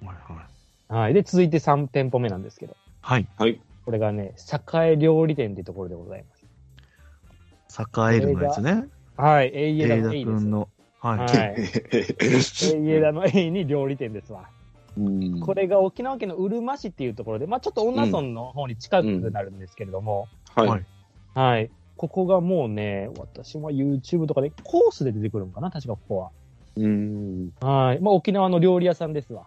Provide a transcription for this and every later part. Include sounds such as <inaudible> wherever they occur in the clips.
はい。はい。で、続いて3店舗目なんですけど、はい。はい。これがね、栄料理店っていうところでございます。栄えるのやつね。はい。エイエ栄ダ田の A です君。の。はは。はいエイエダの A に料理店ですわ。うんこ。れが沖縄県のうるま市っていうところで、まあちょっと女村の方に近くなるんですけれども、は。はいい。はい。ここがもうね、私も YouTube とかでコースで出てくるのかな確かここうん。は。はい。まあ沖縄の料理屋さんですわ。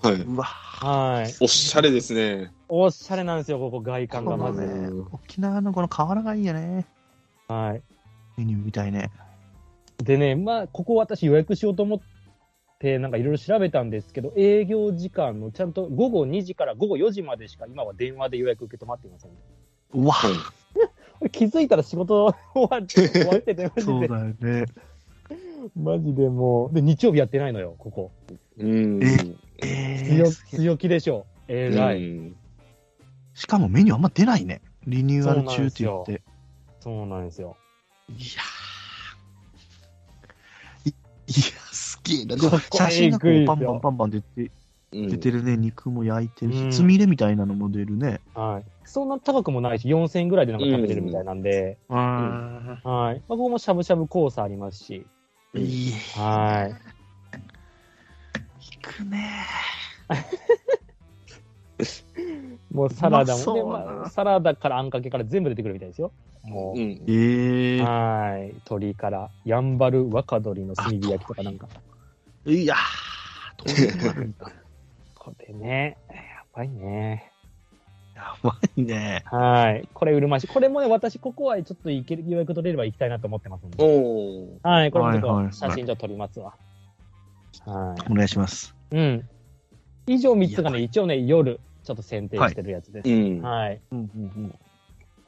はい。うわ、はい。おしゃれですね。おしゃれなんですよ、ここ外観がまず。そうだね沖縄のこの瓦がいいよね。はい。メニューみたいね。でね、まあ、ここ私予約しようと思って、なんかいろいろ調べたんですけど、営業時間のちゃんと午後2時から午後4時までしか今は電話で予約受け止まっていません。こうわ、はい。れ気づいたら仕事終わって、終わってて、マ <laughs> ジそうで。だよ <laughs> ね。マジでもう。で、日曜日やってないのよ、ここ。うん。えうんえ強ー、強気でしょ。えらい。しかもメニューあんま出ないね。リニューアル中って言って。そうなんですよ。いやーいいや、すげえな。ここ写真がこえぐういパですンよパンパンパン出てうん出てるね。肉も焼いてるうんし、つみれみたいなのも出るね。はい。そんな高くもないし、4000円ぐらいでなんか食べてるみたいなんで、うん。はい。まあ、ここもしゃぶしゃぶコースありま <laughs> すし、うんいい。はい。行くねもうサラダうまそも、うねなまあサラダからあんかけから全部出てくるみたいですよ。もうう。ん。ええー。はーい。鶏から、やんばる若鶏の炭火焼きとかなんか。いやー、とんでもない <laughs> これね、やばいね。やばいね。はーい。これうるま市。これもね、私、ここはちょっと行ける、予約取れれば行きたいなと思ってますんで。おー。はい。これもちょっとはいはいはい写真ちょっと撮りますわ。はお願いします。い。うん。以上3つがね、一応ね、夜、ちょっと選定してるやつです。うん。ははい。うんうん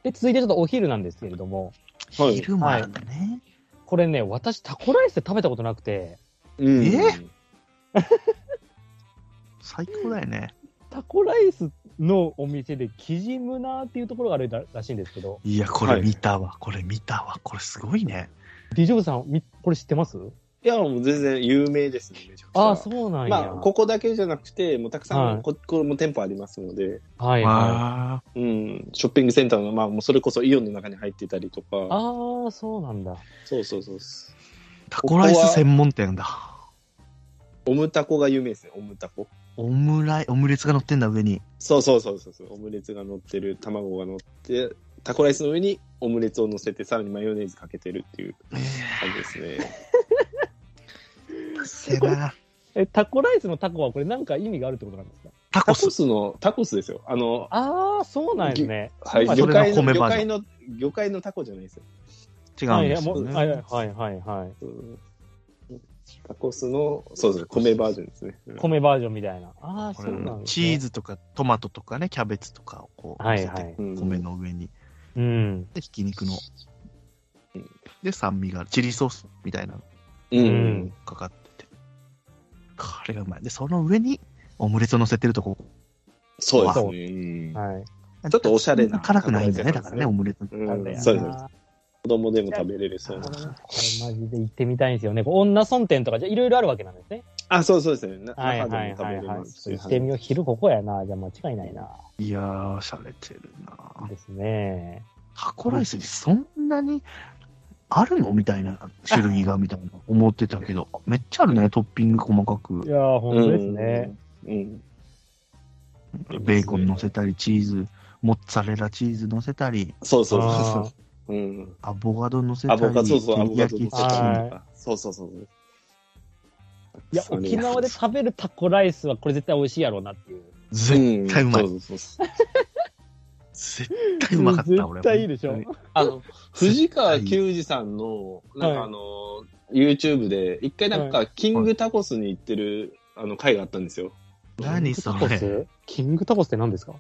で、続いてちょっとお昼なんですけれども、うん。い。昼間なんだね。これね、私、タコライスで食べたことなくて、うんえ最高だよね。タコライスのお店でキジムナーっていうところがあるらしいんですけど、いや、これ見たわ、これ見たわ、これすごいね。ディジョブさん、みこれ知ってますいや、もう全然有名ですね。めちゃくちゃ。ああ、そうなんや。まあ、ここだけじゃなくて、もうたくさん、はいここれも店舗ありますので、はいはい。ああうん、ショッピングセンターの、まあ、もうそれこそイオンの中に入ってたりとか、ああ、そうなんだ。そうそうそう。ー、タコライス専門店だ。オムタコが有名ですね、オムタコ。オムライ、オムレツが乗ってんだ、上に。そうそうそうそうそう、オムレツが乗ってる、卵が乗って、タコライスの上にオムレツを乗せて、さらにマヨネーズかけてるっていう感じで <laughs> すね。せな。え、タコライスのタコはこれなんか意味があるってことなんですかタタコスコ。スの、タコスですよ。あの、ああ、そうなんですね。はい、まあ魚介それが米の、魚バージ介の、魚介のタコじゃないですよ。違うはんい、ではいすもようね。はいはいはいはい。うんタコスの、そうですね、米バージョンですね。うん米バージョンみたいな。ああ、こそうれなんです、チね、ー。ズとかトマトとかね、キャベツとかをこう、はいはい。う乗んせて米の上に。うん。で、ひき肉の。で、酸味がある。チリソースみたいなのう。うんかかってて。これがうまい。で、その上にオムレツを乗せてるとこ。そうですそねううん。はい。ちょっとおしゃれな辛くないんだね。タだコかライスらね、オムレツ。うんなんだよなそうです。子供でも食べれるそうこなれ。ねこれマジで行ってみたいんですよね。こう女村店とか、じゃあいろいろあるわけなんですね。あ、そうそうですね。なはいは中いはいでも食べれはまい。すちし。ょっと行ってみよう。昼ここやな。じゃあ間違いないな。いやー、おしゃれてるなぁですね。タコライスにそんなにあるのみたいな種類がみたいな思ってたけど、めっちゃあるね、トッピング細かいく。やー、本当ですね。うん。うん。ベーコン乗せたり、チーズ、モッツァレラチーズ乗せたり、そうそうあそーう。うん。アボカド乗せたアり、ボカド、そうそう、ア照りボカド焼ときかチキン。はいそうそうそう。いや、それ沖縄で食べるタコライスはこれ絶対美味しいやろうなっていう。絶対うまい。んそうそうそう。絶対うまかった、俺。絶対いいでしょ本当にあの、藤川球児さんの、なんかあの、YouTube で、一回なんか、キングタコスに行ってる、あの、回があったんですよ。何それ。スキングタコスって何ですか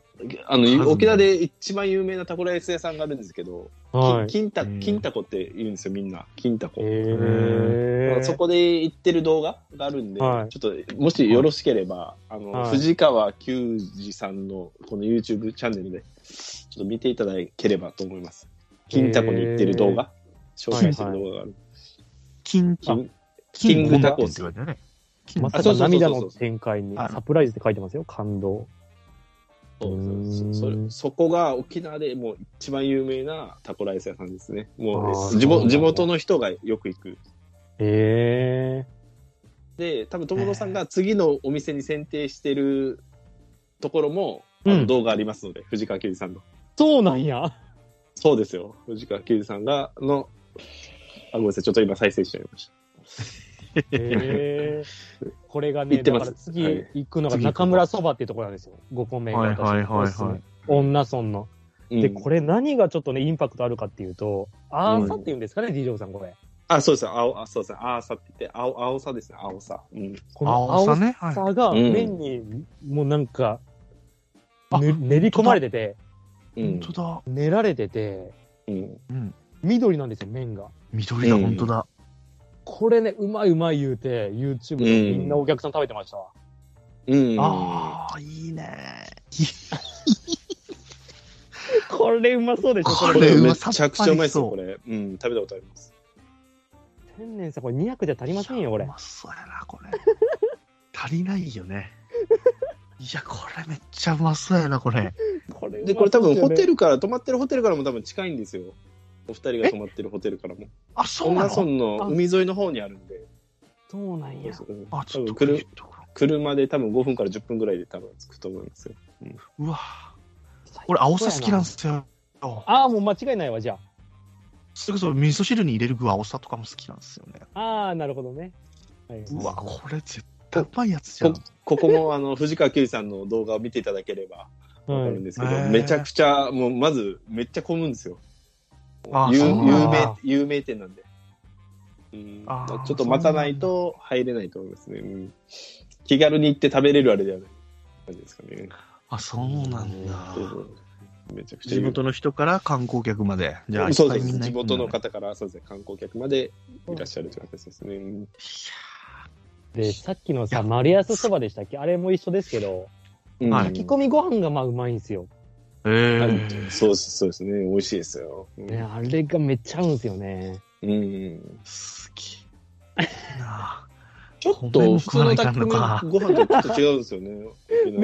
あ数の、も沖縄で一番有名なタコライス屋さんがあるんですけど、はい。金タうコ、ん金タコって言うんですよ、みんな。金タコ。えー。そこで行ってる動画があるんで、はいちょっと、もしよろしければ、あの、はい藤川球児さんの、この YouTube チャンネルで、ちょっと見ていただければと思います。金タコに行ってる動画、紹介する動画がある。キン、金キンキンググタタココススって書いてあるね。まさあそかうそうそうそう涙の展開に、あのサプライズって書いてますよ、感動。そうそううんそれそこが沖縄でもう一番有名なタコライス屋さんですね。もあうー地そうなん元だ地元の人がよく行く。えで、多分友野さんが次のお店に選定してるところも、うんあの動画ありますので、藤川球児さんー、の。そうなんや。そうですよ。藤川球児さんが、の、あ、ごめんなさい、ちょっと今再生しちゃいました。えー、 <laughs> これがね、行ってだますから次はい行くのが中村そばっていうところなんですよ、5個目が。はいはいはいはい私の女村の。で、うんこれ何がちょっとね、インパクトあるかっていうと、アーサっていうんですかね、D ジョーさん、これ。あ、そうですよ。青、あ、そうですね。青さって言って、青、青さですね。青さ。うん。この青さね。は青い。さがうん麺に、もうなんか、あぬ練り込まれてて、う本ん。当だ。練られてて、うん。うん。緑なんですよ、麺が。緑だ、うん本当だ。これね、うまいうまい言うて、YouTube でみんなお客さん食べてましたわ。うん。ああ、いいね。これうまそうでしょ、ここれれうまめちゃくちゃうまいですよ、これ。うん。食べたことあります。天然さん、これ200じゃ足りませんよ、こうれ。まそうやな、これ。 <laughs> 足りないよね。いや、これめっちゃうまそうやな、これ。これで、これ多分ホテル。ルから、泊まってるホテルからも多分近いんですよ。お二人が泊まってるホテルからも。あ、そう女な村のの海沿いの方にあるんで。そうなんや。そうそうあ、ちょっと多分来来る車で多分5分から10分ぐらいで多分着くと思いますよ。うわ俺、青さ好きなんすよ。ああ、もう間違いないわ、じゃすぐそれ味噌汁に入れる具は青さとかも好きなんですよね。あ。ああ、なるほどね。はいうわ、これ絶対うまいやつじゃんこ。ここもあの藤川球児さんの動画を見ていただければわかるんですけど、はいめちゃくちゃもうまずめっちゃ混むんですよ。あ有そう有なんだ名有名店なんで。うん、あーちょっと待たないと入れないと思いますね。うん気軽に行って食べれるあれではない感じですかね。あ、そうなんだそ。うそうめちゃくちゃ地有名元の人から観光客まで。じゃあ、そういっでぱいみすんな地行くん元だねの。方からそうですね観光客までいらっしゃるという形ですね。うんで、さっきのいやさ、丸安そばでしたっけあれも一緒ですけど、うんはい炊き込みご飯がまあうまいんですよ。へはいえ。そうですそうですね美味しいですよ。うんね、あれがめっちゃ合うんですよね。うん好き。いいなちょっと普通の炊き込みご飯とちょっと違うんですよね。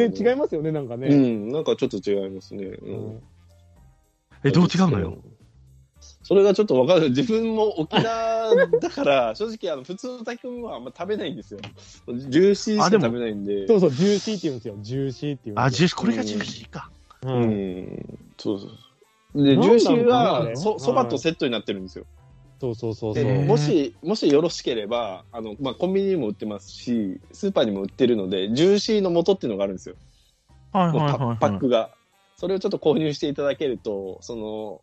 ね、違いまますよね、なんかうね。ん、なんかちょっと違いますね。うん、え、どう違うのよ。それがちょっとわかる。自分も沖 <laughs> 縄だから、正直あの普通の炊き込みはあんま食べないんですよ。ジューシーしかあでも食べないんで。そうそう、ジューシーって言うんですよ。ジューシーって言うんですよ。あ、ジューシー、これがジューシーか。う。うんん、そうそうそう。で、なんジだュろうなーシーんはかねそそばとセットになってるんですよ。そうそうそうそでう。へーもし、もしよろしければ、あの、まあ、コンビニにも売ってますし、スーパーにも売ってるので、ジューシーの素っていうのがあるんですよ。はいもうはいパはいはい。パックが。それをちょっと購入していただけると、そ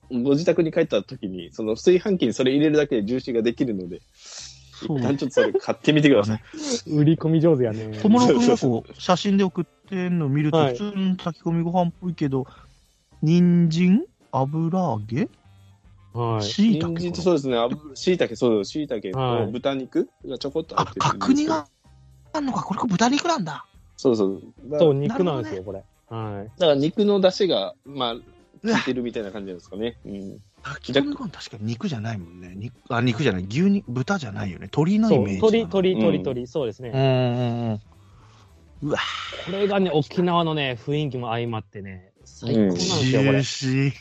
の、ご自宅に帰った時に、その炊飯器にそれ入れるだけでジューシーができるので、そう一旦ちょっとそれ買ってみてください。売り込み上手やね。小室君がこう、写真で送ってんの見ると、はい普通の炊き込みご飯っぽいけど、人参油揚げはい。しいた人参とそうですね、油椎茸、そうです、椎茸はとい豚肉がちょこっと入あっ、てるんです角け煮どがあんのか、これこれ豚肉なんだ。そうそう。だかそう、ら肉なんですよ、これ。はい。だから肉の出汁が、まあ、効いてるみたいな感じなんですかね。うん。炊き込みご飯確かに肉じゃないもんね。肉あ肉じゃない、牛肉、豚じゃないよね。鶏のイそメーう、ジ。鳥、鳥、う鳥、ん鳥、そうですうね。んうんうん。うわ、これがね、沖縄のね、雰囲気も相まってね、最高なんでジすよ、こューれ。シー。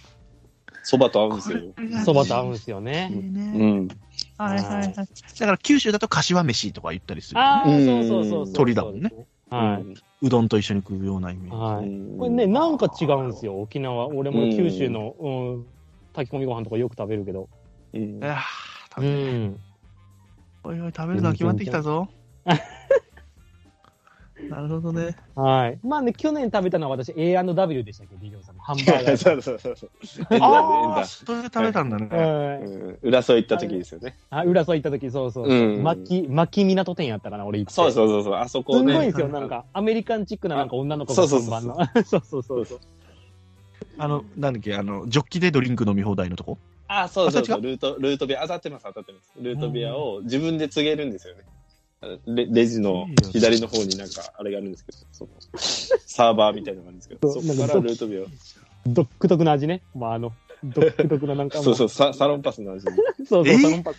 そばと合うんですよ。これがそばと合うんですよいいね。うね。ん。はいはいはい。だから九州だと柏飯とか言ったりするよね。ああ、そうそうそううそう。ん鳥だもんねはいうどんと一緒に食うようなイメージ。はうい。んこれね、なんか違うんですよ、沖縄。俺も九州の、うん、炊き込みご飯とかよく食べるけど。うんいやー食うべん。おいおい、食べるのは決まってきたぞ。なるほどね。はい。まあね、去年食べたのは私、A&W でしたっけ、リリョンさ <laughs> んの。ハンバーガー。そうそうそうそう。エンダーねああ、それで食べたんだね。はいエンダーうん浦添行った時ですよね。あ、浦添行った時、そうそうそうう。ん巻き、巻き港店やったかな、俺行って。そうそうそうそう、あそこすね。ごいんですよ、なんか、アメリカンチックななんか女の子そがうそう看そ板うの。 <laughs> そうそうそうそう。あの、なんだっけ、あの、ジョッキでドリンク飲み放題のとこあ、そうそうそあう、ルート、ルートビア、当たってます、当たってます。ルートビアを自分で告げるんですよね。レレジの左の方になんか、あれがあるんですけど、そのサーバーみたいなのがあるんですけど、そこからルートビアを。独特な味ね。まあ、あの、独特 <laughs> ななんかもそうそう、ササロンパスの味で。そうそうえサロンパ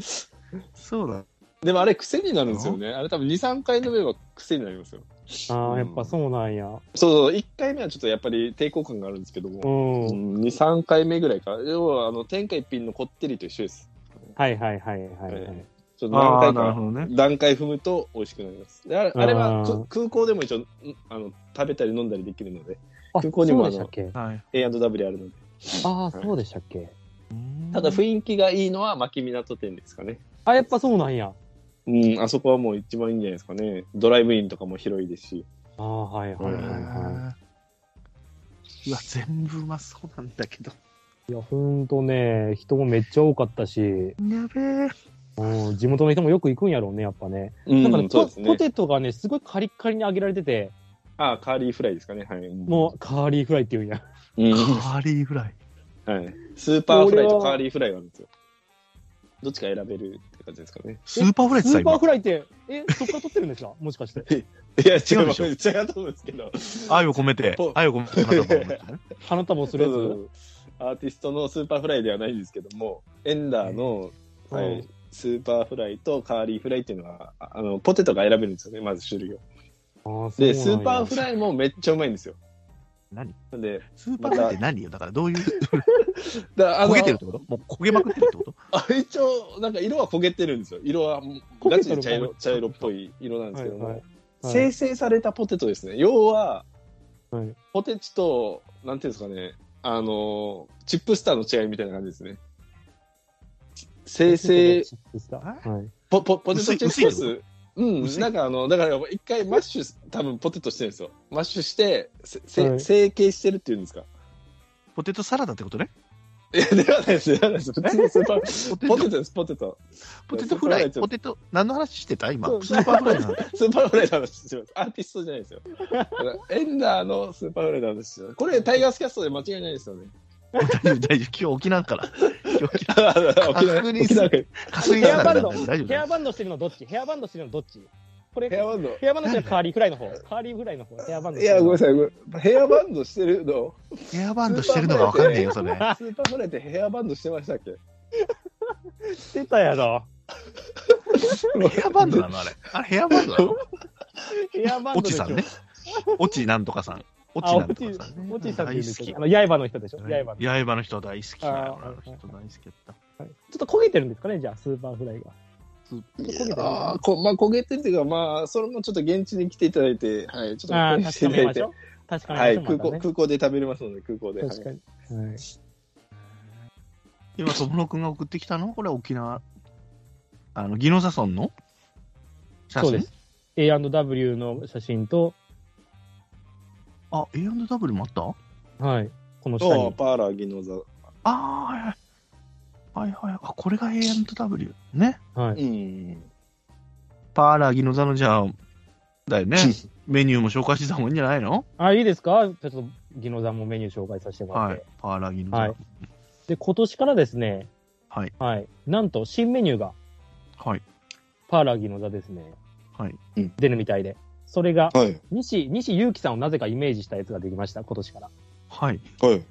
スそうだ。でもあれ癖になるんですよね。あれ多分2、3回飲めば癖になりますよ。ああ、やっぱそうなんや。そうそう、1回目はちょっとやっぱり抵抗感があるんですけどうも、ん。うん、2、3回目ぐらいか。要は、あの、天下一品のこってりと一緒です。はいはいはいはい、はいえちょっとああ、何回なるか、ほどね。段階踏むと美味しくなります。であれあれうはんちょ空港でも一応、んあの、食べたり飲んだりできるので、あ、空港にもそうあのでしたっけはい。 A&W あるので。ああ、そうでしたっけただ囲雰囲気がいいのは牧港店ですかね。あ、やっぱそうなんや。うん、あそこはもう一番いいんじゃないですかね。ドライブインとかも広いですし。ああ、はいはいはいはうわ、全部うまそうなんだけど。い。いや、ほんとね、人もめっちゃ多かったし、やべえ。うん、地元の人もよく行くんやろうね、やっぱね。うなんかね、ん、そうポでポすね。テトがね、すごいカリッカリに揚げられてて、あ、カーリーフライですかね。はい。もうカーリーフライって言うん <laughs> や。うん、 <laughs> カはーリーフライ。い。スーパーフライ俺とはカーリーフライがあるんですよ。どっちか選べるって感じですかね。スーパーフライってスさ、ーパー今。フライって、え、そっから取ってるんですかもしかして。いや、違違ううでしょ <laughs> 違うと思うんですけど。愛を込めてポ、愛を込めて花束を持って <laughs> ね。花束するやつアーティストのスーパーフライではないんですけども、エンダーの、うんはい、スーパーフライとカーリーフライっていうのは、ああの、ポテトが選べるんですよね、まず種類を。あそうなんやで、スーパーフライもめっちゃうまいんですよ。何なんで、スーパーフライって何よだからどういう、だ焦あのげてるってこともう焦げまくってるってことあ一応、なんか色は焦げてるんですよ。色はもう焦げガてチるで茶焦色げて茶る色っぽい色なんですけども、はいはい生成されたポテトですね。要は、はいポテチと、なんていうんですかね、あの、チップスターの違いみたいな感じですね。生成チップスターはいポポポテトチップ薄ス。うん、薄いなんかあの、だから一回マッシュ、多分ポテトしてるんですよ。マッシュして、せせはい成形してるっていうんですか。ポテトサラダってことね。いや、ではないです、ではないです。普通のスーパー、ポテポトテトです、ポテト。ポテトフライ、スーパーフライポテト、何の話してた今そ。うスーパーフライなの。スーパーフライの話してます。アーティストじゃないですよ。エンダーのスーパーフライの話してます。これ、タイガースキャストで間違いないですよね。大丈夫、大丈夫。今日沖縄から。今日沖縄、沖縄確認沖縄ヘかすりヘなアがバらンなんドで大丈夫ヘアバンドしてるのどっちヘアバンドしてるのどっちこれアバンド。ヘアバンドしてるのカーリーフライの方カーリーフライの方ヘアバンドいや、ごめんなささい。ごめんヘアバンドしてるのヘアバンドしてるのがわかんねえよ、それ。スーパーフライってヘアバンドしてましたっけいしてたやろヘアバンドなのあれ。あれ、ヘアバンドなのヘアバンドオでチしょさんね。オチなんとかさん。オチあなんオとチかさんね。オチさんって大いうんです好けきど。あの刃の人でしょ刃のちょ刃の人大好きだよ。あーあの人大好きだった。っと焦げてるんですかねじゃあスーパーフライが焦げてるああ、こまあ、焦げてるっていうか、まあ、それもちょっと現地に来ていただいて、はい、ちょっとああ確認確してかいめましただい、てょう確かめまはしょ、いう空また港、ね空港で食べれますので、空港で。確かにはい今、友野くんが送ってきたのこれ沖縄。あの、ギノサソンの写真そうです。A&W の写真とあ、A&W もあったはいこの下はい、と、にパーラーギノザ。ああ、はいはい。はいはい。あ、これが A&W。ね。はいうん。パーラーギノザのじゃあ、だよね。メニューも紹介してた方がいいんじゃないのあ、いいですかちょっと、ギノザもメニュー紹介させてもらっはて。い。パーラーギノザ。はいで、今年からですね、はい。はい。なんと、新メニューが、はい。パーラーギノザですね。はい。出るみたいで。それが、はい、西、西祐樹さんをなぜかイメージしたやつができました、今年から。はい。はい。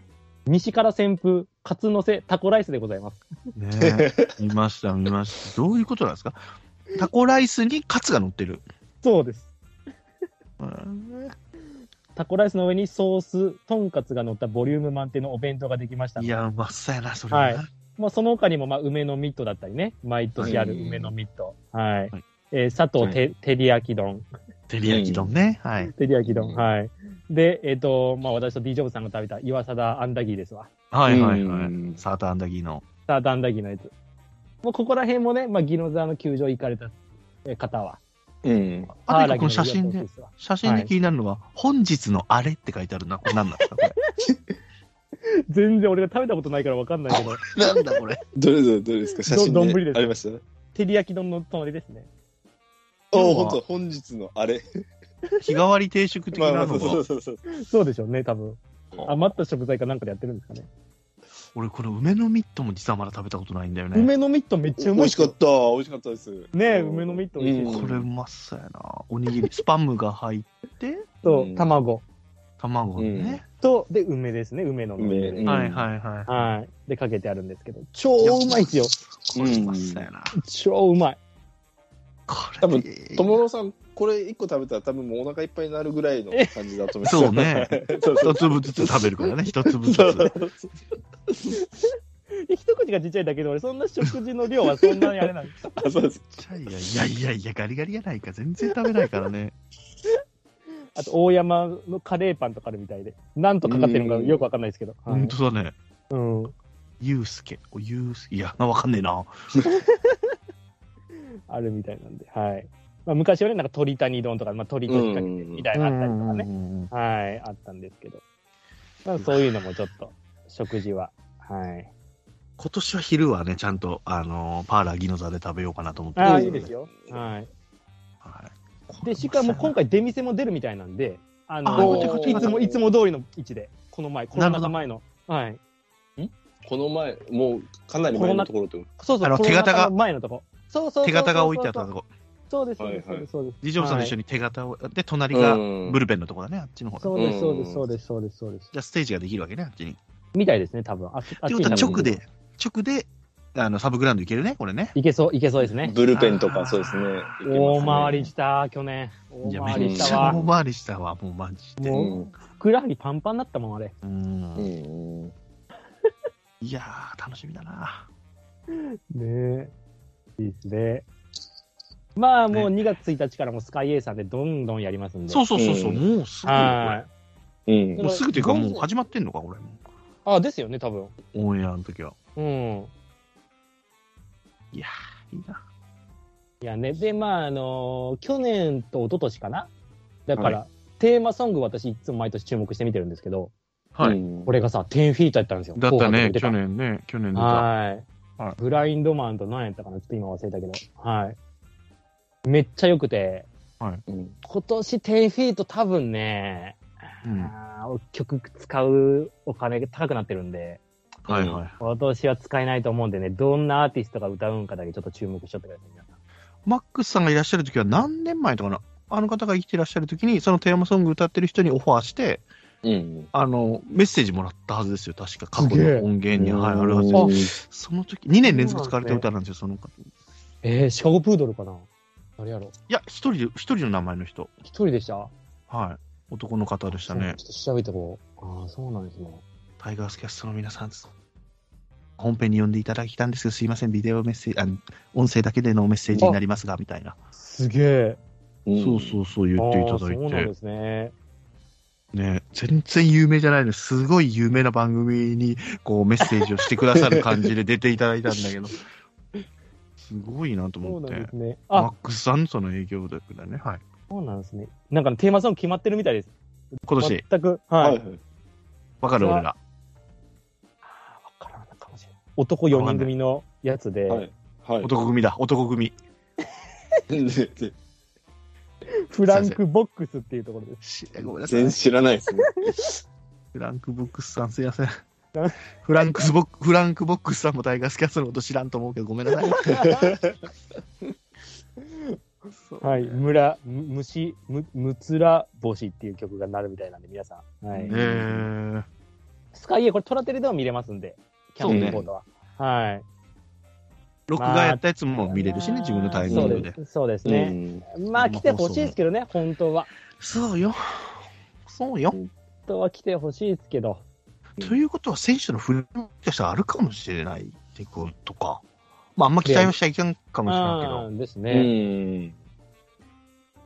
西から旋風、カツのせ、タコライスでございます。ね <laughs> え見ました、見ました。どういうことなんですかタコライスにカツが乗ってる。そうです。うん <laughs> タコライスの上にソース、とんかつが乗ったボリューム満点のお弁当ができましたい。や、うまそうやな、それはいな。まあ、その他にも、まあ、梅のミットだったりね。毎年あるはい梅のミット。はいはい。えー佐藤て、照り焼き丼。照り焼き丼ね。はい。テリヤキ丼、うんはい。で、えっ、と、まあ、私と D ・ジョブさんが食べた岩貞アンダギーですわ。はいはいはうい。んサーターアンダギーの。サーターアンダギーのやつ。もうここら辺もね、まあ、ギノザの球場行かれたえ方は。うん。あパーと一ラ個ギこのの写真で、すわ写真で気になるのは、本日のあれって書いてあるな。これ何なんですかこ <laughs> れ。全然俺が食べたことないから分かんないけど、なんだこれ。どれどれどれですか写真ど丼ですでありましたテリヤキ丼の隣ですね。お要はお、本当本日のあれ。日替わり定食的まあまなあ、そのうそうが。そうそう。そうでしょうね、多分。余った食材かなんかでやってるんですかね。俺、この梅のミットも実はまだ食べたことないんだよね。梅のミットめっちゃう美まいっ味しすかよ。った、美味しかったです。ねえ梅の実と美味しいこれううんまそうやな。おにぎり、スパムが入って、とうん卵卵ね。と、で、梅ですね、梅の実。梅うんはいはいはい。はい。で、かけてあるんですけど、超うまいっすよ。これうまそうやな。超うまい。これ多分友郎さん、これ1個食べたら多分もうお腹いっぱいになるぐらいの感じだと思います。そうね <laughs> そうそう。一粒ずつ食べるからね、一粒ずそつ。う一口がちっちゃいだけで、俺、そんな食事の量はそんなにあれなん <laughs> です。あそうです。いやいやいやいや、ガリガリやないか、全然食べないからね。あと、大山のカレーパンとかあるみたいで、なんとかかってるのかよくわかんないですけど。はほいんとだね。うん。ゆうすけ、おゆうすけ、いや、わかんねえな。あるみたいなんで、はい。まあ、昔はね、なんか鳥谷丼とか、まあ、鳥とかけてみたいなのあったりとかね。ね。はい、あったんですけど。まあ、そういうのもちょっと、食事は。はい。今年は昼はね、ちゃんと、あのーパーラーギノザで食べようかなと思って。ああ、うんいいですよ。はい。はい。で、しかも今回出店も出るみたいなんで、ああこっちのこっ、ちいつも、いつも通りの位置で、この前、コロナ禍前の。はい。この前、もうかなり前のところってこそうそう、あのコロナ禍手形が前のとこ。そうそうそうそうそう。手形が置いてあったとこ。そうです、そうです、はそいうはでいす、そうです。ジジョブさんと一緒に手形を、で、隣がうんブルペンのとこだね、あっちの方だそうです、そうです、そうです、そうです、そうです。じゃあステージができるわけね、あっちに。ってみたいですね、多分。あっちあっちこにと多は分直で、直で、あの、サブグラウンド行けるね、これね。いけそう、いけそうですと。ね。ブルペンとか、そうですね。大回りした、去年。いや、大回めっりちしたゃわ。大回りしたわ、もうマジで。もうんふくらはぎパンパンだったもん、あれ。うんうんいやー、楽しみだな。ねえ。いいですね。まあ、もう2月1日からもうスカイエイさんでどんどんやりますんで。そううそうそう、そううんもうすぐよはうんい。これ。もうすぐというか、もう始まってんのか、これ。あ、ですよね、多分。オンエアの時は。うん。いやー、いいな。いやね。で、まあ、あのー去年と一昨年かな。だから、テーマソング私いつも毎年注目して見てるんですけど、はい。うんこれがさ、10フィートやったんですよ。だったね、紅白で出去年ね、去年出た。はい、はいブラインドマンと何やったかなちょっと今忘れたけど。はい。めっちゃ良くて、うん今年10フィート多分ね、うん。あー曲使うお金が高くなってるんで、はいはい。今年は使えないと思うんでね、どんなアーティストが歌うんかだけちょっと注目しちゃってください、皆さん。マックスさんがいらっしゃる時は何年前とかなあの方が生きてらっしゃる時に、そのテーマソング歌ってる人にオファーして、うん。あの、メッセージもらったはずですよ。確か過去すげえの音源に、はい、あるはずうんです。その時、2年連続使われた歌なんですよ、その方。いえー、シカゴプードルかな誰やろや、一人で、一人の名前の人。一人でしたはい。男の方でしたねち。ょっと調べてこう。ああ、そうなんですね。タイガースキャストの皆さんです。本編に呼んでいただきたんですけど、すいません、ビデオメッセージ、あの音声だけでのメッセージになりますが、みたいな。すげえ。うんそうそうそう言っていただあーそういなんてで、すね。ね、全然有名じゃないのに、すごい有名な番組にこうメッセージをしてくださる感じで出ていただいたんだけ <laughs> ど、すごいなとそう思っなんてで、すね。マあッ、クスさんのその営業力だね、はい、そうなんですね。なんかねテーマソング決まってるみたいです。今年、全く。はい。はいわわかる俺ら、からなかもしれない。男4人組のやつで、はい。 <laughs> はい。男組だ、男組、ででフランクボックスっていうところでしす。ごめんなさい全然、知らないですね。フランクボックスさん、すいません。フランクスボッ <laughs> クフランクボックスさんもタイガースキャストのこと知らんと思うけど、ごめんなさい。そうはい。村、む虫、む、むつら星っていう曲が鳴るみたいなんで、皆さん。はい。ねえスカイエこれトラテレでも見れますんで、キャンプレコードは。はい。録画やったやつも見れるしね、自分のタイミングでそ。うすそうですうね。んまあ来てほしいですけどね、本当は。そうよ。そうよ。本当は来てほしいですけど。ということは、選手の振りもしかしたらあるかもしれないってことか。まあ、あんま期待はしちゃいけんかもしれないけあど。ーですうね。ん。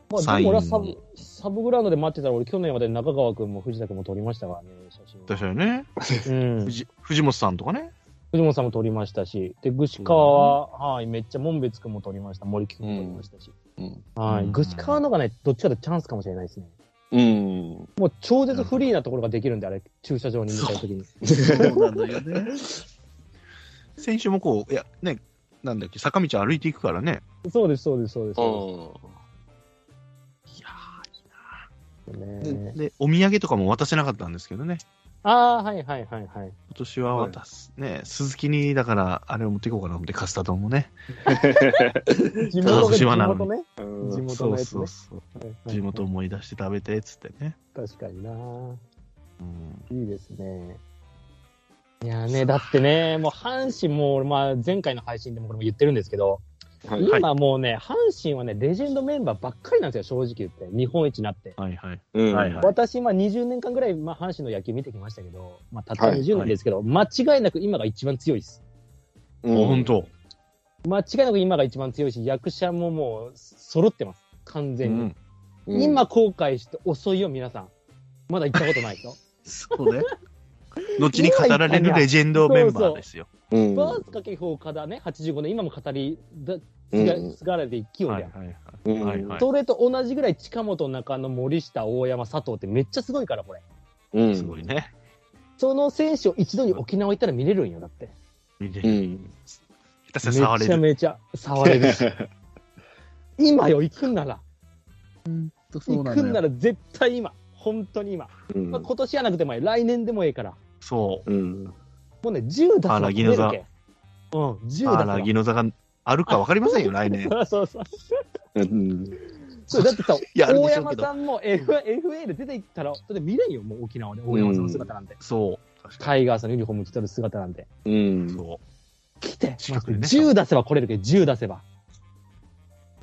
まあ、サでインも俺はサブサブグラウンドで待ってたら、俺、去年まで中川君も藤田君も撮りましたからね、写確真かにね。うん、藤藤藤本さんとかね。本さんも撮りましたし、で、串川は、はい、めっちゃ門別君も撮りました、森木君も撮りましたし、うんはうい、ん串川のがね、どっちかというとチャンスかもしれないですね。うん。もう超絶フリーなところができるんで、あれ、駐車場に向かうときに。そうなんだよね。選手もこう、いや、ね、なんだっけ、坂道歩いていくからね。そうです、そうです、そうです。そいやうですーねで、で、お土産とかも渡せなかったんですけどね。ああ、はいはいはいはい。今年は渡す、ね、鈴木に、だから、あれを持っていこうかなと思って、カスタ丼もね。地元が地島なの元にね。うん地元そのうやつそねう。そう。はいはい地元思い出して食べて、つってね。確かにな。うんいいですね。いやーね、だってね、もう阪神も、まあ、前回の配信でもこれも言ってるんですけど、はい。はい今もうね、阪神はね、レジェンドメンバーばっかりなんですよ、正直言って。日本一になって。はいはい。うんはいはい私、まあ20年間ぐらい、まあ阪神の野球見てきましたけど、まあたったはい20年ですけど、間違いなく今が一番強いです。うあ、ん本当。間違いなく今が一番強いし、役者ももう揃ってます。完う全に。ん。うん今後悔して遅いよ、皆さん。まだ行ったことないですよ。そう <laughs> ね。後に語られるレジェンドメンバーですよ。うんバースかけ放課だね、85年、今も語りだ、うん継がれて勢いだはいよ。はいうんはいはいそれと同じぐらい近本、中野、森下、大山、佐藤ってめっちゃすごいから、これ。うはい。んすごいね。その選手を一度に沖縄行ったら見れるんよ、だって。見てう下ん。手したら触めれちゃる。めちゃ触れ <laughs> る。今よ、行くんなら。そう行なくんのなよら絶対今。本当に今。うんまあ、今年やなくてもいい。来年でもええから。そう。うん。もうね、10打あら数はぎ取のれ座るけ。うん、10あ打ら、数ギノザがあるか分かりませんよ、来年。は。 <laughs> そうそうそう。うん。そうだってさ、 <laughs> やるでしょ大う山けどさんも F- FA で出ていったら、だって見れんよ、もう沖縄で、大山さんの姿なんて。そう。確かタイガースのユニフォーム着とる姿なんて。うんに。。そう。来て、近くにね10出せば来れるけど、10出せば。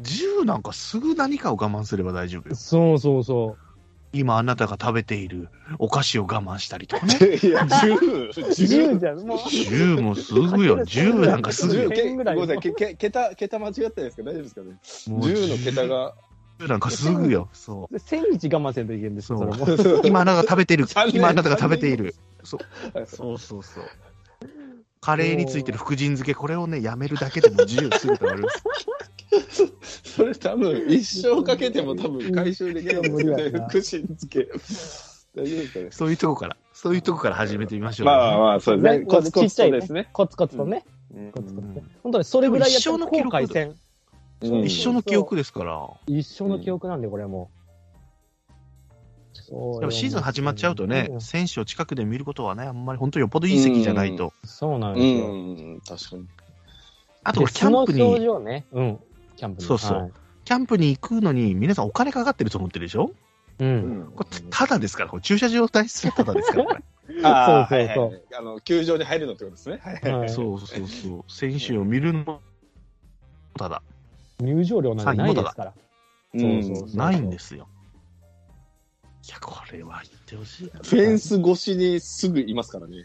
銃なんかすぐ何かを我慢すれば大丈夫よ。そうそうそ今あなたが食べているお菓子を我慢したりとかね。 <laughs> いや、10、う。10じゃん、もう。 <laughs> 銃もすぐよ。銃なんかすぐよ。 10ぐらいごめんなさいけけ桁、桁間違ってないですか大丈夫ですかねもう ?10 の桁が。銃なんかすぐよ。そ1000日我慢せんといけんですそうそれも。 <laughs> う。今あなたが食べ <laughs> ている残。念今あなたが食べている。はいそうそうそう。カレーについてる福神漬け、これをね、やめるだけでも自由すぐ食べれ <laughs> ます。それ多分、一生かけても多分回収できないですよねいや無理やな。福神漬け。大丈夫ですかねそういうとこから、そういうとこから始めてみましょう。まあまあまあ、そうですね。ねこコうツコちっツちゃといですね。コツコツとね。うんコツコツうとん。本当にそれぐらいやったらでも一生の記後録悔せん。うん一生の記憶ですから、一生の記憶なんで、これもう。そうでもシーズン始まっちゃうとねう、ん選手を近くで見ることはね、あんまり本当によっぽどいい席じゃないと。そうなんうですよ。ん、確かに。あとで俺キャンプその症に、状ね。うん。キャンプにそうそうはいキャンプに行くのに皆さんお金かかってると思ってるでしょう。うんんこれただですから、これ駐車場代すらただですから、これ。あそうそうーそうはいはいはいあの、球場に入るのってことですね。はい <laughs> はいそうそうそう。選手を見るのも、ただ、入場料なんてないですから。そうそうそうないんですよ。いや、これは言ってほしいな。フェンス越しにすぐいますからね。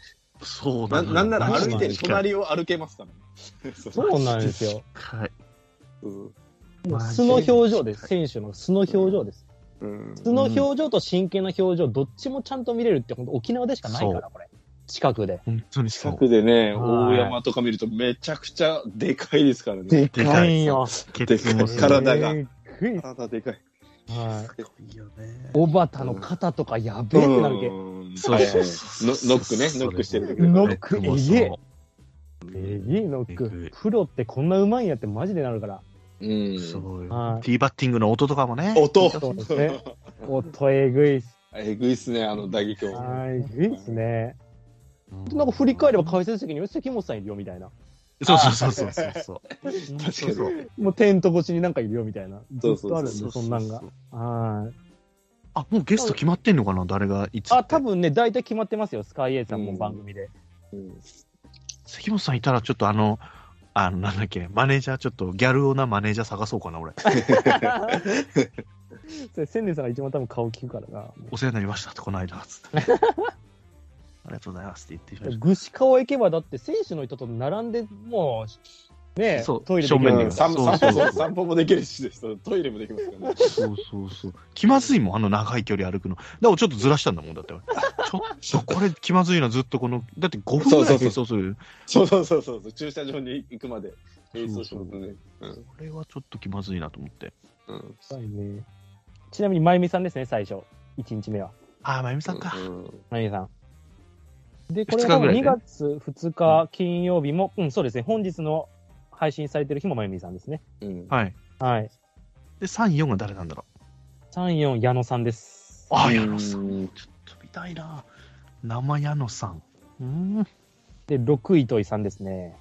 そうなだなんなら歩いてる近い隣を歩けますからね。 <laughs> そうなんですよ。はい。うんマジ素の表情です。選手の素の表情です。うん素の表情と真剣な表情、どっちもちゃんと見れるって、本当沖縄でしかないから、これ。近くで。本当にそう近。くでね、はい大山とか見るとめちゃくちゃでかいですからね。でかいんよ。ケツもすごい体がでかい体でかい。はい。すごいよね小畑の肩とかやべえってなるけ。うんそうはいそうはいそうノノックね、ノックしてる時ノックもえそうげええげえノッえぐいク。プロってこんなうまいんやってマジでなるから。うんそうよはいティーバッティングの音とかもね。音そうですね。音えぐいっす。 <laughs> えぐいっすね、あの打撃音。はい、えぐいっすね。うなんか振り返れば解説席に関本さんいるよみたいな。そうそうそうそうそうそう。確かに。もうテント越しになんかいるよみたいな。ずそっうそうそうとあるんで、そんなんが。はい。あ、もうゲスト決まってんのかな誰がいつ。あ、多分ね、大体決まってますよ。スカイエイさんも番組で。うん関本さんいたらちょっとあの、あの、なんだっけ、マネージャー、ちょっとギャル男なマネージャー探そうかな、俺。それ、千年さんが一番多分顔聞くからな。お世話になりましたって、この間、つ <laughs> って。ありがとうございますって言ってきまし具志川行けば、だって選手の人と並んで、もう、ねえそうトイレ正面でにう行んく散そう歩そうそうそう散歩もできるしです、トイレもできます <laughs> からね。た。そうそうそう。気まずいもん、あの長い距離歩くの。だからちょっとずらしたんだもん、だって俺。ちょっとこれ気まずいな、ずっとこの、だって5分ぐらい並走する。そうそうそうそう、駐車場に行くまで並走しますね。うんこれはちょっと気まずいなと思って。うんねちなみに、まゆみさんですね、最初。1日目は。あー、まゆみさんか。うんまゆみさん。で、これ二が日ぐらい2ね月2日金曜日も、うん、そうですね、本日の配信されてる日もまゆみさんですね。うんはい。はい。で、3、4が誰なんだろ3、4、矢野さんです。う。あー、矢野さん。うんちょっと見たいな。生矢野さん。うーん。で、6、糸井さんですね。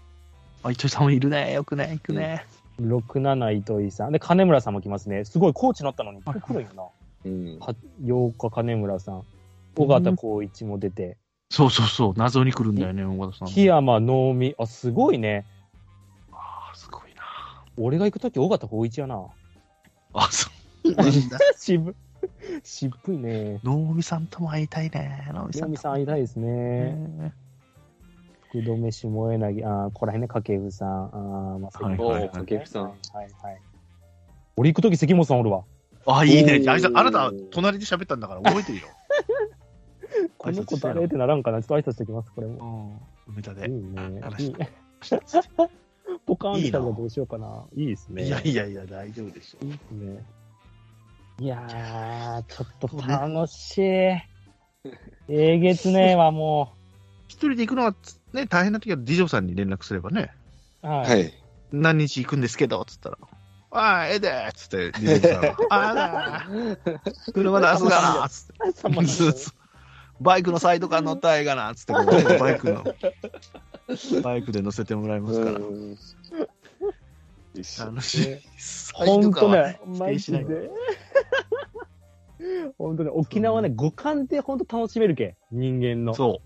あ、糸井さんもいるね。よくね。行くね。 67糸井さん。で、金村さんも来ますね。すごい、コーチになったのに、はい来るんよな。うんは8日、金村さん。尾形光一も出て。そうそうそう。謎に来るんだよね、大和さん。檜山能美。あ、すごいね。あーすごいな。俺が行くとき、尾形光一 <laughs> やな。あ、そうなんだ。渋渋いね。 <laughs> 能見さんとも会いたいね。能見さ宮ん見とさもん会いたいですね。ね。福留下柳、ああ、ここら辺ね、掛布さん、ああ、まあ、はい関はいはい本掛布さんはいはい。俺行くとき、関本さんおるわ。あ、いいねお。ーあいつあなた、隣で喋ったんだから覚えてるよ。 <laughs> この子誰ってならんかな、ちょっと挨拶してきます、これも。うん。梅田いいで。ね。話い <laughs> しいポカーンってしたらどうしようかな。いいですね。いやいやいや、大丈夫でしょ。いいっすね。いやー、ちょっと楽 <laughs> しい。えげつねえわ、も一人で行くのはつね、大変な時は DJ さんに連絡すればね、う。は。はいい。何日行くんですけど、つったら、ああ、ええでーっつって、DJ <laughs> さんが、ああ、車出すがなーっつって。さ <laughs> んまさんもバイクのサイドカー乗ったらええがなっつってこう、バイクの、バイクで乗せてもらいますから。うん一緒楽しいっす。ほんとね、否マ定しジない <laughs> で。ほんとね、沖縄ね、五感でほんと楽しめるけ。人間の。そ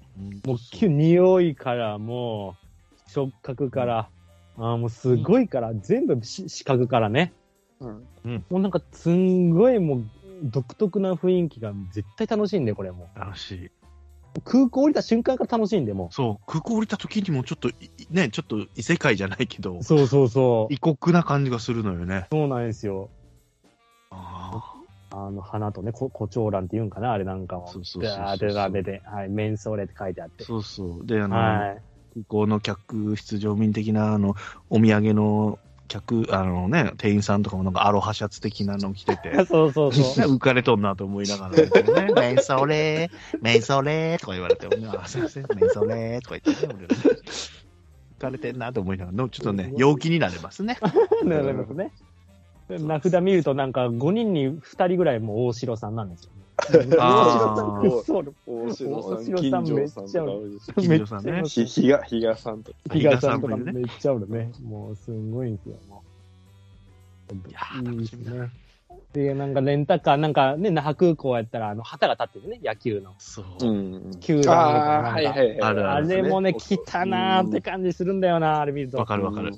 う。もう、きゅ匂いから、もう、触覚から、あーもうすごいから、全部し視覚からね。うんもうなんか、すんごいもう、独特な雰囲気が絶対楽しいんで、これも楽しい。う。空港降りた瞬間から楽しいんで、もう。そう、空港降りた時にもちょっとい、ね、ちょっと異世界じゃないけど、そうそうそ <laughs> う。異国な感じがするのよね。そうなんですよ。ああの、花とね、こ胡蝶蘭って言うんかな、あれなんかも。そうそうそうそうダーでダでで、はい、メンソーレって書いてあっあ、て。そうそう。で、あの、は空港の客室乗務員的な、あの、お土産の客、あのね、店員さんとかもなんかアロハシャツ的なの着てて、 <laughs> い。そうそうねそう。浮かれとんなと思いながら、 <laughs> ね、メンソレー、メンソレーとか言われて、ね、あ、すいません、メンソレーとか言ってね、俺ね浮かれてんなと思いながら、のちょっとね、陽気になれます <laughs> ね。なるほどね。で名札見るとなんか5人に2人ぐらいもう大城さんなんですよ。あーそう。大大城城ささんん、金城さんとか多いです近所さんねめっちゃひ、ひが、ひがさんとか。比嘉さんとか比嘉さんもいるねめっちゃおるね。もうすごいんですよ、もう。いやー楽しみだいいですね。で、なんかレンタカー、なんかね、那覇空港やったら、あの、旗が立ってるね、野球の。そう。うん。球団とかなああ、んかはいはいはい。あるあるれもね、来たなーって感じするんだよな、あれ見ると。わかるわかる。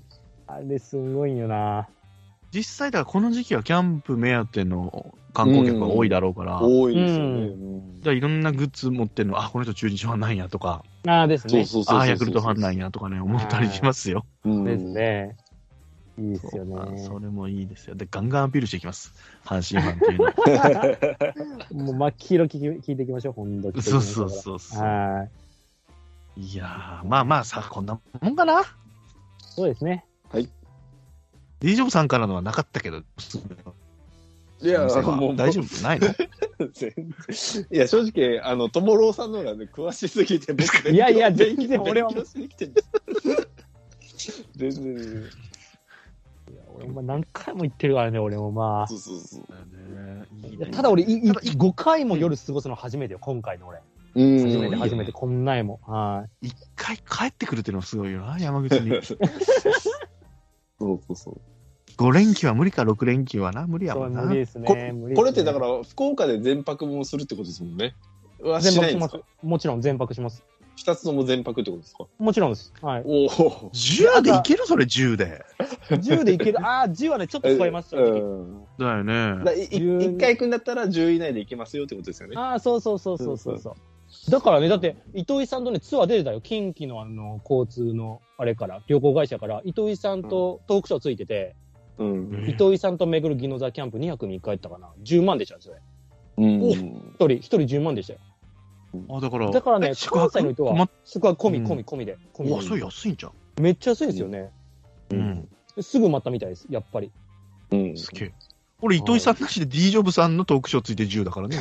あれすごいよな。実際だからこの時期はキャンプ目当ての観光客が多いだろうから、多いですようね。じゃあいろんなグッズ持ってるの、あ、この人中日ファンなんやとか、ああですそねう。そうそうそうそう。ああ、ヤクルトファンなんやとかね、思ったりしますよ。うん。ですね。いいですよあね。それもいいですよ。で、ガンガンアピールしていきます。阪神ファンっていうのは。もう真っ黄色聞き聞いていきましょう、ほんと。そうそうそうそう。はい。いやー、まあまあさ、こんなもんかな。そうですね。 D ジョブさんからのはなかったけど、いや、もう、大丈夫ないの全然いや、正直、あの、ともろうさんの方がね、詳しすぎて、僕いやいや勉強全然俺は勉強しに来てる全然、全然俺も何回も言ってるからね、俺もまあそうそうそう。いいいや。ねただ俺、いい5回も夜過ごすの初めてよ、今回の俺。うん初めて、うん初めて、こんないも。は一回帰ってくるっていうのはすごいよな、山口に。そうそうそう。 5連休は無理か、6連休はな、無理い。やそもうんな。無理ですね。こ無理ですねこれってだか、ら、福岡で全泊もするってことですもんね。は全しな泊いしんでますすか。もちろん全泊します。二つとも全泊ってことですかもちろんです。 <laughs> はい。おお。 10でいけるそれ、10で。 10でいける。ああ、10はね、ちょっと超えます、正直。うんだよねだ。いい一回行くんだったら10位以内で行けますよってことですよね。ああ、そうそうそうそうそうそう。だからね、だって、糸井さんとね、ツアー出てたよ。近畿のあの、交通の、あれから、旅行会社から、糸井さんとトークショーついてて、うん。糸井さんと巡るギノザキャンプ2泊3日やったかな。10万でしたよ、それ。うんお一人、一人10万でしたよ。あ、だから、だからねえ、関西の人泊まはっ、宿泊込みうん込み込みで。込みうでわ、それ安いんじゃん。めっちゃ安いですよね。うん。すぐ待ったみたいです、やっぱり。うん。すげえ。俺、糸井さんなしで D ジョブさんのトークショーついて10だからね。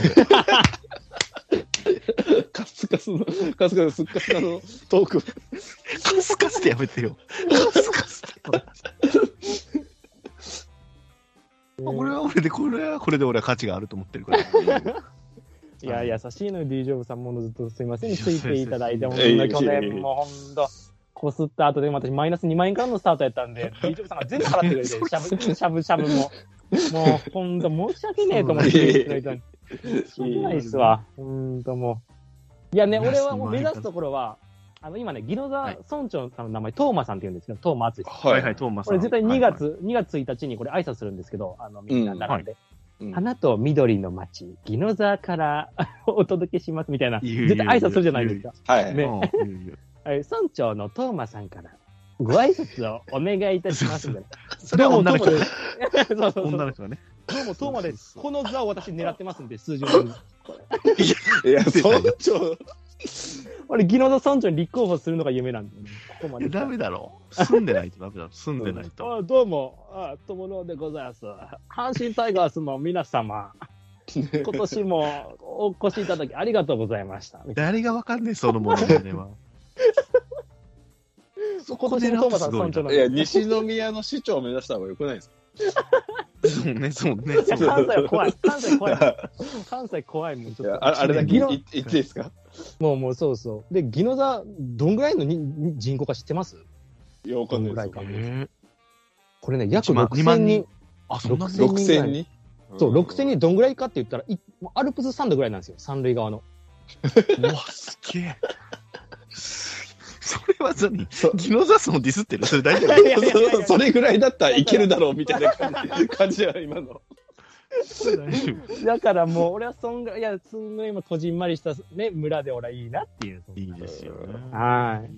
カスカスの、カスカス、カスカスのトーク。カスカスってやめてよ。カスカスって。これは俺で、これはこれで俺は価値があると思ってるから。いや、優しいのよ、D ジョブさんものずっとすいません、いつやいていただいて、本いやいやい当去や年も本当、こすった後で、私、マイナス2万円からのスタートやったんで、D ジョブさんが全部払ってくれて、しゃぶしゃぶしゃぶも。もう、本当、申し訳ねえと思って、そうねいただいたのにしょうがないっすわ、本当もう。いやね、俺はもう目指すところは、あの、今ね、宜野座村長の名前、トーマさんって言うんですけど、トーマ厚はいはいはい、トーマスこされん。絶対2はいはい。月、2月1日にこれ挨拶するんですけど、あの、みんな並んで。うん花と緑の街、宜野座から <laughs> お届けしますみたいな、言う言う絶対挨拶するじゃないですか。はいはい。ねうんいいよはい村長のトーマさんから、ご挨拶をお願いいたしますみたいな。それは女の人どうねも。 <laughs> そうそうそう。女どの人がね。うもトーマです。この座を私狙ってますんで、数字の。いや、出たよ村 <laughs> 長、俺、宜野座村長に立候補するのが夢なんで、ね、ここまいでや来た。ダメだろ。住んでないとダメだろ。住んでないと。あどうも、あ友野でございます。阪神タイガースの皆様、今年もお越しいただきありがとうございました。誰がわかんねえ、そのものまねは。 <laughs> そ今こ年でのトーマさんすごい村な長なんいや、で西宮の市長を目指した方がよくないですかそうね、そうね。いやそう関西は怖い。関西怖い。関西怖いもん、ちいょっやと。ああれだけ宜言野って言っていいですかもう、もう、そうそう。で、宜野座、どんぐらいのにに人口か知ってますいや、わかんないですどよん。ぐらいかえーこれね、約1万2 6000万人人。あ、そんな6000 6000人そう、6000人どんぐらいかって言ったら、いもうアルプススタンドぐらいなんですよ、三塁側の。うわ、すげえ。それは何ギノザスをディスってるそれ大丈夫いやいやいやいやそそれぐらいだったらいけるだろうみたいな感じ感じは今の。大丈夫だからもう、俺はそんぐらい、いや、すんごい今、こじんまりした、ね、村で俺はいいなっていう。いいですよね。はい。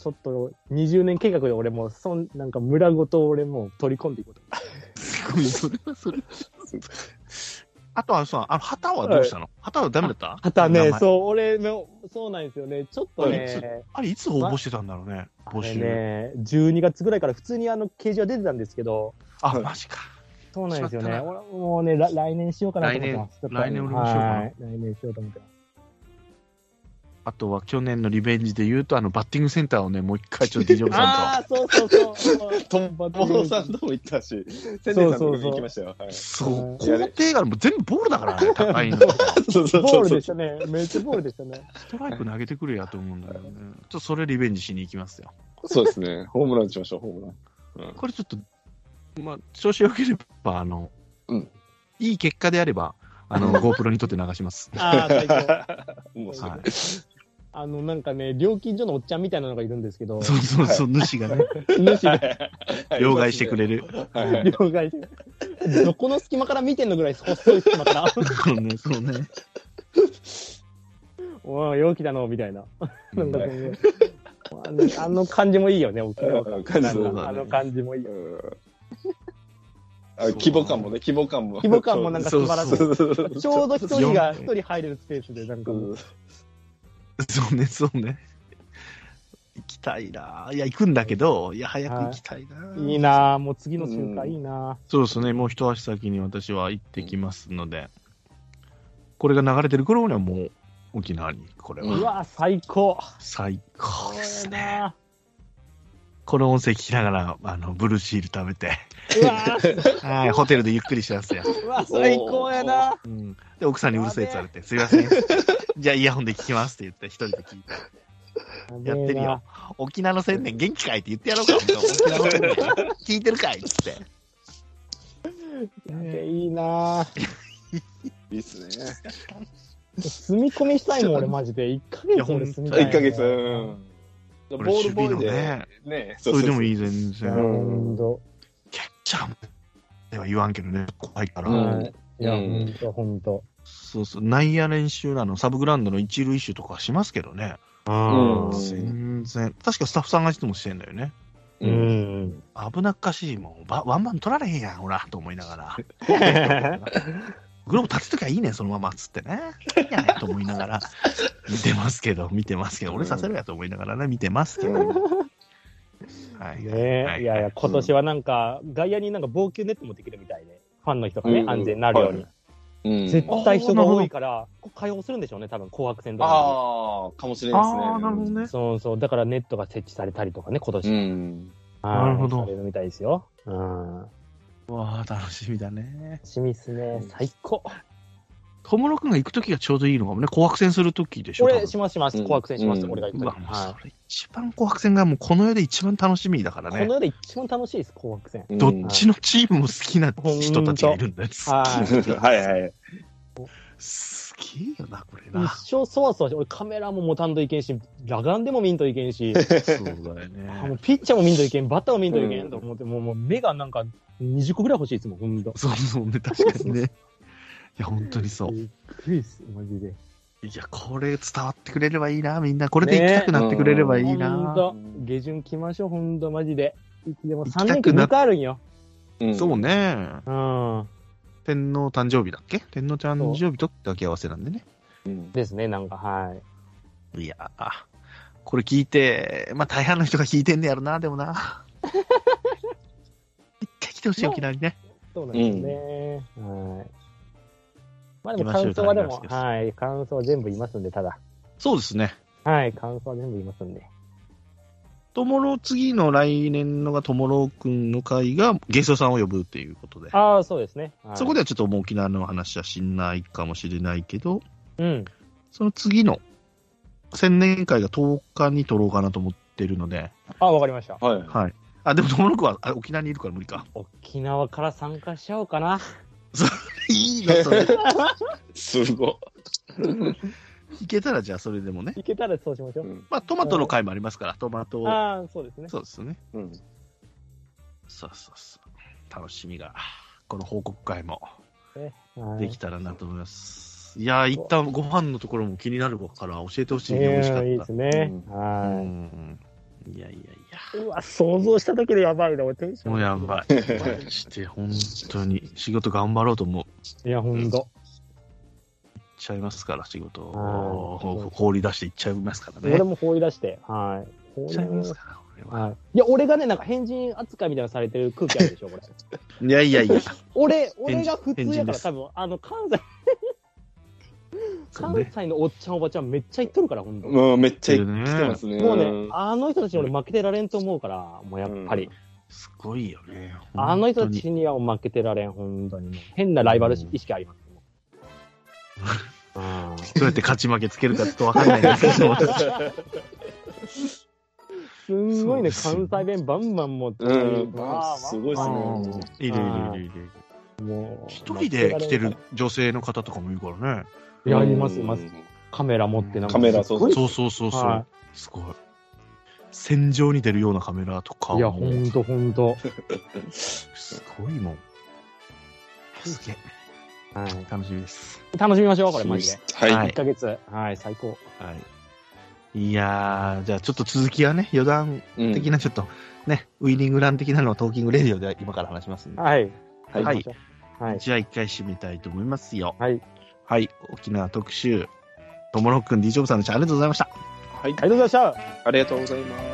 ちょっと20年計画で俺もうそんなんか村ごと俺もう取り込んでいこうと。すごい、それはそれ。あとはさ、あの、旗はどうしたの旗はダメだった旗ね、名前そう、俺の、そうなんですよね。ちょっとね、あれ、いつ応募してたんだろうね、あ募れ集。ね、12月ぐらいから普通にあの掲示は出てたんですけど、あ、マジか。そうなんですよしまね。った俺もうね、ら来年しようかなと思ってます。来年ちょっと来年俺もしようかなはい来年しようと思ってます。あとは去年のリベンジで言うと、あの、バッティングセンターをね、もう一回ちょっとディジョブさんああー、そうそうそう。トンボーさんとも行ったし、千年さんとも行きましたよ。はいと。そう、いや工程がもう全部ボールだからね、高いの。そうそうボーそうルそでうし。たね。めっちゃボールでしたね。ストライク投げてくれやと思うんだけどね。ちょっとそれリベンジしに行きますよ。そうですね。ホームラン打ちましょう、ホームラン。これちょっと、まあ、調子良ければ、あの、うんいい結果であれば、あ <laughs> の、GoPro にとって流します。ああ、最高。もうすはぐ。い。あの、なんかね、料金所のおっちゃんみたいなのがいるんですけど、そうそうそう、主がね、主が両替してくれる。る。はいはい <laughs> 了解してどこの隙間から見てんのぐらい細い隙間から、 <laughs> そうね、そうね。 <laughs> おお、陽気だの、みたいな。なんかはそいのあのあの感じもいいよね、沖縄うん感じそうだねあの感じもいいよ。うんあ規模感もね、規模感も。規模感もなんか素晴らしそい。そうそうそうちょうど一人が一人入れるスペースで、なんかもう、そうね、そうね。行きたいなぁいや、行くんだけど、いや、早く行きたいなぁいいなぁ、もう次の週う間んいいなそうですね、もう一足先に私は行ってきますので、これが流れてる頃にはもう、沖縄に、これぁ。うは。わぁ、最高。最高ですね。なこの音声聞きながら、あの、ブルーシール食べて、ぁうわぁ、はい、ホテルでゆっくりしてますよ。うわぁ最高やなぁ。うん。で、奥さんにうるせえって言われて、すいません。じゃあイヤホンで聞きますって言って、一人で聞いて。やってるよ。沖縄の千年元気かいって言ってやろうか、本当沖縄の千年聞いてるかいっつって。やべえ。いいなぁ。いいっすね。住み込みしたいもん、俺マジで。1ヶいや月ほん俺住みたい。一ヶ月。うんボールボーイ俺守備での、ね、それでもいい。い、全然。ほんと。キャッチャーでは言わんけどね、怖いから。うんはい。いや、うんほんと、ほんと。そうそう、内野練習なの、サブグラウンドの一塁手とかはしますけどね。ん全然。確かスタッフさんがいつもしてんだよね。う。ん。 <laughs> 危なっかしいもん。ばワンバン取られへんやん、ほら、と思いなが <laughs> ら。グローブ立てときゃいいねん、そのまま、つってね。いいやねと思いながら、見てますけど、見てますけど、俺させるやと思いながらね、見てますけど。はい。はねえ、いやいや、今年はなんか、外野になんか防球ネットもできるみたいで、ファンの人がねう、ん安全になるように。うん絶対人が多いから、開放するんでしょうね、多分、紅白戦とかああ、かもしれないですね。ああ、なるほどねで。。そうそう、だからネットが設置されたりとかね、今う年。ん。はいなるほどされるみたいですよ。うん。わあ、楽しみだね。しみっすね、最高。小室くんが行くときがちょうどいいのかもね、紅白戦するときでしょ。多俺、分しますします。うん紅白戦します。うん俺が行うくわ、かもら。うはいそれ一番紅白戦がもうこの世で一番楽しみだからこねの。世で一番楽しいです、紅白戦。 <laughs> どっちのチームも好きなうん人たちがいるんです。はい。はいはい。すげえよな、これ <laughs> 一な。生そわそわして、俺カメラも持たんといけんし、裸眼でも見んといけんし、そうだよあね。のピッチャーも見んといけん、バッターも見んといけうんんと思って、もうもう目がなんか20個ぐらい欲しい、いつも、ほんと。そうそうね、確かに <laughs> ね。いや、本当にそう。びっくりっす、マジで。いや、これ伝わってくれればいいな、みんな。これで行きたくなってくれればいいほんな。と、下旬来ましょう、ほんと、マジで。でも行きた3年く間な2回あるんよ。うんそうね。うん。天皇誕生日だっけ天皇誕生日とだけ合わせなんでね。うんですね、なんか、はい。いやー、これ聞いて、まあ大半の人が聞いてんねやろな、でも <laughs> な。一回来てほしい、沖縄にね。そうなんですね。はい。まあでも今週感想はでからもで、すはい、感想は全部言いますんで、ただ。そうですね。はい、感想は全部言いますんで。ともろ、次の来年のがともろくんの会が、ゲストさんを呼ぶっていうことで。ああ、そうですね。はいそこではちょっともう沖縄の話はしないかもしれないけど、うん。その次の千年会が10日に撮ろうかなと思ってるので、あ、わかりました。はい。はい。あ、でもともろくんはあ沖縄にいるから無理 <laughs> か。沖縄から参加しちゃおうかな。いいのそれ。すごい。いけたらじゃあそれでもね。いけたらそうしましょう。うんまあトマトの会もありますから、トマト。ああ、そうですね。そうですね。うんそうそうそう。楽しみが、この報告会もはいできたらなと思います。いやー、一旦ご飯のところも気になるから教えてほしいね。美味しかった。ええいいですね。うんうはん。いやいやいや。い。うわ、想像しただけでやばいな、俺テンション。もうやばい。マジで、本当に。仕事頑張ろうと思っい。いや、ほんと。ちゃいますから、仕事うをん放り出していっちゃいますからね。俺も放り出して。はい。放いっりちゃい出ましすて。から、俺は。はい。いや、俺がね、なんか変人扱いみたいなのされてる空気あるでしょ、これ。いやいやいや、 <laughs> 俺、俺が普変人通やかでら、す多分、あの、関西、そう関ね。西のおっちゃん、おばちゃん、めっちゃ言っとるから、ほんと。ももうめっちゃ来てますね。うね、あの人たちに俺負けてられんと思うから、もうやっぱり。すごいよね。あの人本た当にちには負けてられん、本当にもう。変なライバル意識あります。もうあーどうやって勝ち負けつけるかちょっとわかんないんですけ <laughs> ど、すんごいね、そうですよ関西弁バンバン持ってうんわーすごいっわすーねわうんいるいるいるいる。ーもう一人で来てる女性の方とかもいるからね。いや、います、います。カメラ持ってなんか。カメラそうそそううそうそうそはう。すごい。戦場に出るようなカメラとかも。いや、ほんと、ほんと。すごいもん。すげえ。はい楽しみです。楽しみましょう、これ、マジで。ははいい。 1ヶ月。はい、最高。はい。いやー、じゃあちょっと続きはね、余談うん的な、ちょっとね、ウィニングラン的なのをトーキングレディオで今から話しますんで。はい。はいはい。はい。じゃあ一回締めたいと思いますよ。はい。はい。沖縄特集。ともろくん、D ジョブさんでした。ありがとうございました。はいありがとうございました。ありがとうございます。